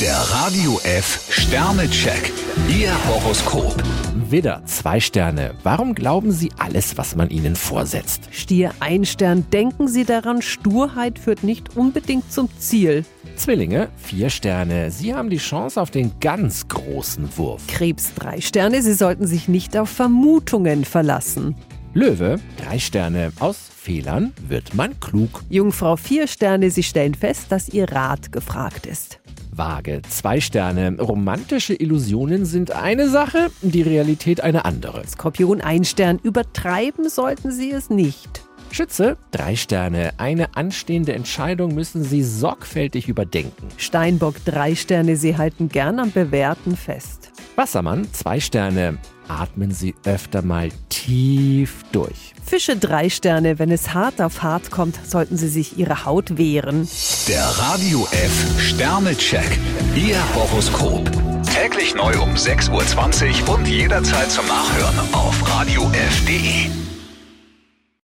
Der Radio F Sternecheck. Ihr Horoskop. Widder, zwei Sterne. Warum glauben Sie alles, was man Ihnen vorsetzt? Stier ein Stern, denken Sie daran, Sturheit führt nicht unbedingt zum Ziel. Zwillinge, vier Sterne. Sie haben die Chance auf den ganz großen Wurf. Krebs drei Sterne, Sie sollten sich nicht auf Vermutungen verlassen. Löwe, drei Sterne. Aus Fehlern wird man klug. Jungfrau vier Sterne, Sie stellen fest, dass Ihr Rat gefragt ist. Waage, zwei Sterne. Romantische Illusionen sind eine Sache, die Realität eine andere. Skorpion ein Stern, übertreiben sollten Sie es nicht. Schütze, drei Sterne. Eine anstehende Entscheidung müssen Sie sorgfältig überdenken. Steinbock drei Sterne, Sie halten gern am Bewährten fest. Wassermann, zwei Sterne. Atmen Sie öfter mal tief durch. Fische drei Sterne, wenn es hart auf hart kommt, sollten Sie sich Ihre Haut wehren. Der Radio F Sternecheck. Ihr Horoskop. Täglich neu um 6.20 Uhr und jederzeit zum Nachhören auf Radio radiof.de.